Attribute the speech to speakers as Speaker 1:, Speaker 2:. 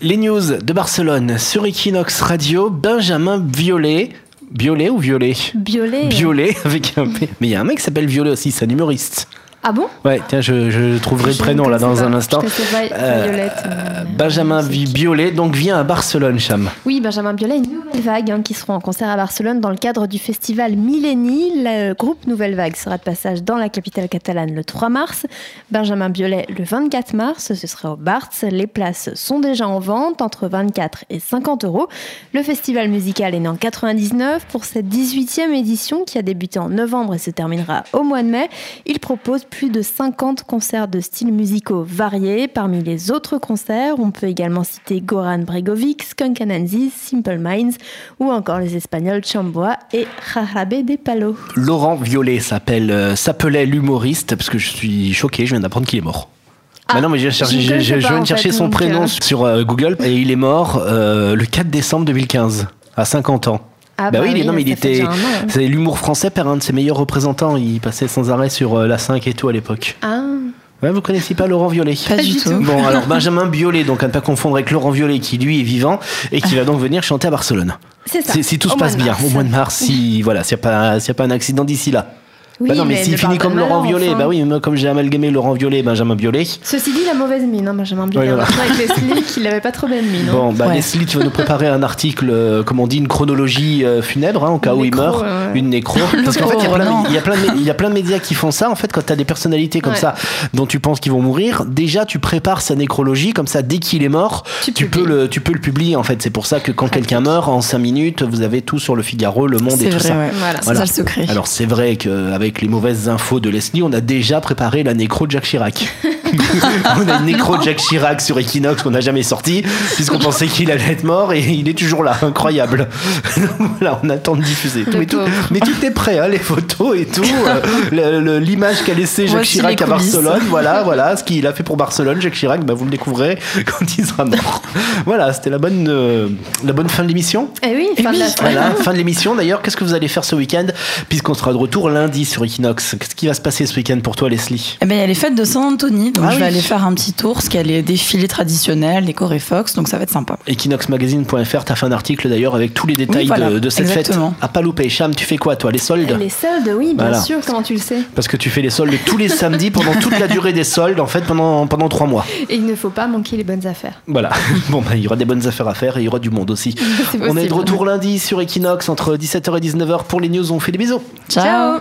Speaker 1: Les news de Barcelone sur Equinox Radio, Benjamin Violet. Violet ou Violet
Speaker 2: Biolay. euh.
Speaker 1: Violet avec un P. Mais il y a un mec qui s'appelle Violet aussi, c'est un humoriste.
Speaker 2: ah bon
Speaker 1: Ouais, tiens, je, je trouverai le
Speaker 2: Je
Speaker 1: prénom
Speaker 2: ne
Speaker 1: là
Speaker 2: sais
Speaker 1: dans
Speaker 2: pas.
Speaker 1: un instant.
Speaker 2: Je ne sais pas,
Speaker 1: Euh,
Speaker 2: Violette,
Speaker 1: Euh,
Speaker 2: mais-
Speaker 1: Benjamin
Speaker 2: Je sais
Speaker 1: Vi-
Speaker 2: qui.
Speaker 1: Violet, donc vient à Barcelone, Cham.
Speaker 2: Oui, Benjamin Biolay, une nouvelle vague hein, qui seront en concert à Barcelone dans le cadre du festival Millénie. Le groupe Nouvelle Vague sera de passage dans la capitale catalane le 3 mars. Benjamin Biolay le 24 mars, ce sera au Barthes. Les places sont déjà en vente entre 24 et 50 euros. Le festival musical est né en 99 pour cette 18e édition qui a débuté en novembre et se terminera au mois de mai. Il propose plus de 50 concerts de styles musicaux variés. Parmi les autres concerts, on peut également citer Goran Bregovic, Skunk Anansi, Simple Minds ou encore les Espagnols Chambois et Jarabe de Palo.
Speaker 1: Laurent Violet s'appelle, euh, s'appelait l'humoriste, parce que je suis choqué, je viens d'apprendre qu'il est mort.
Speaker 2: Ah,
Speaker 1: Bah non, mais je, viens de
Speaker 2: je
Speaker 1: chercher-
Speaker 2: ne
Speaker 1: je-
Speaker 2: connaissais
Speaker 1: je- je
Speaker 2: pas,
Speaker 1: viens
Speaker 2: en
Speaker 1: de chercher
Speaker 2: fait,
Speaker 1: son
Speaker 2: donc,
Speaker 1: prénom
Speaker 2: euh.
Speaker 1: sur euh, Google et il est mort euh, le 4 décembre 2015, à 50 ans.
Speaker 2: Ah
Speaker 1: bah, oui, il est- non, mais il
Speaker 2: ça fait
Speaker 1: était.
Speaker 2: déjà un an, hein.
Speaker 1: C'est l'humour français par un de ses meilleurs représentants. Il passait sans arrêt sur euh, la 5 et tout à l'époque.
Speaker 2: Ah.
Speaker 1: Ouais, vous connaissez pas Laurent Violet
Speaker 3: Pas, du tout.
Speaker 1: Bon, alors Benjamin Biolay, donc à ne pas confondre avec Laurent Violet, qui lui est vivant et qui va donc venir chanter à Barcelone.
Speaker 2: C'est ça.
Speaker 1: Si, si tout
Speaker 2: Au
Speaker 1: se
Speaker 2: mois
Speaker 1: passe
Speaker 2: de
Speaker 1: bien,
Speaker 2: mars.
Speaker 1: au mois de mars, si voilà, s'il n'y a, pas- s'il y a pas un accident d'ici là.
Speaker 2: Oui,
Speaker 1: bah non, mais,
Speaker 2: ne
Speaker 1: s'il
Speaker 2: parle
Speaker 1: finit
Speaker 2: pas
Speaker 1: comme
Speaker 2: de
Speaker 1: Laurent
Speaker 2: malheur,
Speaker 1: Violet,
Speaker 2: enfin.
Speaker 1: bah oui, moi, comme j'ai amalgamé Laurent Violet et Benjamin Biolay.
Speaker 2: Ceci dit, la mauvaise mine, hein, Benjamin Biolay.
Speaker 1: Oui, voilà.
Speaker 2: On a trouvé avec Leslie qu'il n'avait pas trop belle mine. hein.
Speaker 1: Bon, bah
Speaker 3: Ouais.
Speaker 1: Leslie, tu vas nous préparer un article, euh, comme on dit, une chronologie euh, funèbre, hein, au cas
Speaker 2: Une
Speaker 1: où il
Speaker 2: nécro, euh,
Speaker 1: meurt.
Speaker 2: ouais, ouais.
Speaker 1: Une nécro. Parce qu'en fait, il y a
Speaker 3: pauvre,
Speaker 1: plein de-
Speaker 3: non.
Speaker 1: il y, a plein de- il y a plein de médias qui font ça. En fait, quand tu as des personnalités comme
Speaker 2: Ouais.
Speaker 1: ça, dont tu penses qu'ils vont mourir, déjà, tu prépares sa nécrologie. Comme ça, dès qu'il est mort,
Speaker 2: Tu
Speaker 1: tu peux,
Speaker 2: publies.
Speaker 1: le, tu peux le publier. En fait, c'est pour ça que quand
Speaker 2: Pratique.
Speaker 1: quelqu'un meurt, en 5 minutes, vous avez tout sur le Figaro, le monde et
Speaker 3: C'est
Speaker 1: tout
Speaker 3: vrai,
Speaker 1: ça.
Speaker 3: ouais.
Speaker 2: Voilà.
Speaker 3: C'est
Speaker 1: Voilà.
Speaker 3: ça le secret.
Speaker 1: Alors c'est vrai qu'avec les mauvaises infos de Leslie, on a déjà préparé la nécro de Jacques Chirac. on a une nécro de Jacques Chirac sur Equinox qu'on n'a jamais sortie, puisqu'on pensait qu'il allait être mort et il est toujours là, incroyable. voilà, on attend de diffuser.
Speaker 2: Le
Speaker 1: mais, tout,
Speaker 2: pauvre.
Speaker 1: mais tout est prêt, hein, les photos et tout, euh, le- le- l'image qu'a laissé Jacques
Speaker 3: Voici
Speaker 1: Chirac
Speaker 3: les
Speaker 1: à
Speaker 3: coulisses.
Speaker 1: Barcelone, voilà, voilà, ce qu'il a fait pour Barcelone, Jacques Chirac, bah, vous le découvrez quand il sera mort. voilà, c'était la bonne, euh, la bonne fin de l'émission.
Speaker 2: Eh oui, fin de la semaine.
Speaker 1: Voilà, fin de l'émission. D'ailleurs, qu'est-ce que vous allez faire ce week-end Puisqu'on sera de retour lundi sur Equinox. Qu'est-ce qui va se passer ce week-end pour toi, Leslie
Speaker 3: Eh ben, il y a les fêtes de San Anthony, donc
Speaker 1: Ah
Speaker 3: je vais
Speaker 1: oui.
Speaker 3: aller faire un petit tour, parce qu'il y a les défilés traditionnels, les coréfox, donc ça va être sympa.
Speaker 1: Equinoxmagazine.fr, t'as fait un article d'ailleurs avec tous les détails
Speaker 3: voilà,
Speaker 1: de, de cette
Speaker 3: exactement.
Speaker 1: fête. À pas louper. Cham, tu fais quoi toi Les soldes
Speaker 2: Les soldes, oui, bien
Speaker 1: Voilà.
Speaker 2: sûr, comment tu le sais
Speaker 1: Parce que tu fais les soldes tous les samedis pendant toute la durée des soldes, en fait, pendant, pendant trois mois.
Speaker 2: Et il ne faut pas manquer les bonnes affaires.
Speaker 1: Voilà. Bon, bah, il y aura des bonnes affaires à faire et il y aura du monde aussi.
Speaker 2: C'est
Speaker 1: On est de
Speaker 2: possible.
Speaker 1: retour lundi sur Equinox entre 17h et 19h pour les news. On fait des bisous.
Speaker 3: Ciao.